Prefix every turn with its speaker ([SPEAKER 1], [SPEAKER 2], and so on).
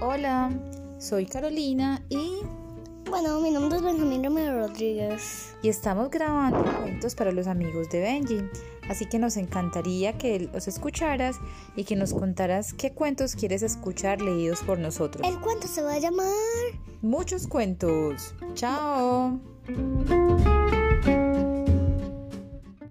[SPEAKER 1] hola, soy Carolina y,
[SPEAKER 2] Bueno, mi nombre es Benjamín Romero Rodríguez.
[SPEAKER 1] y estamos grabando cuentos para los amigos de Benji. Así que nos encantaría que los escucharas y que nos contaras qué cuentos quieres escuchar leídos por nosotros.
[SPEAKER 2] El cuento se va a llamar...
[SPEAKER 1] Muchos cuentos. Chao.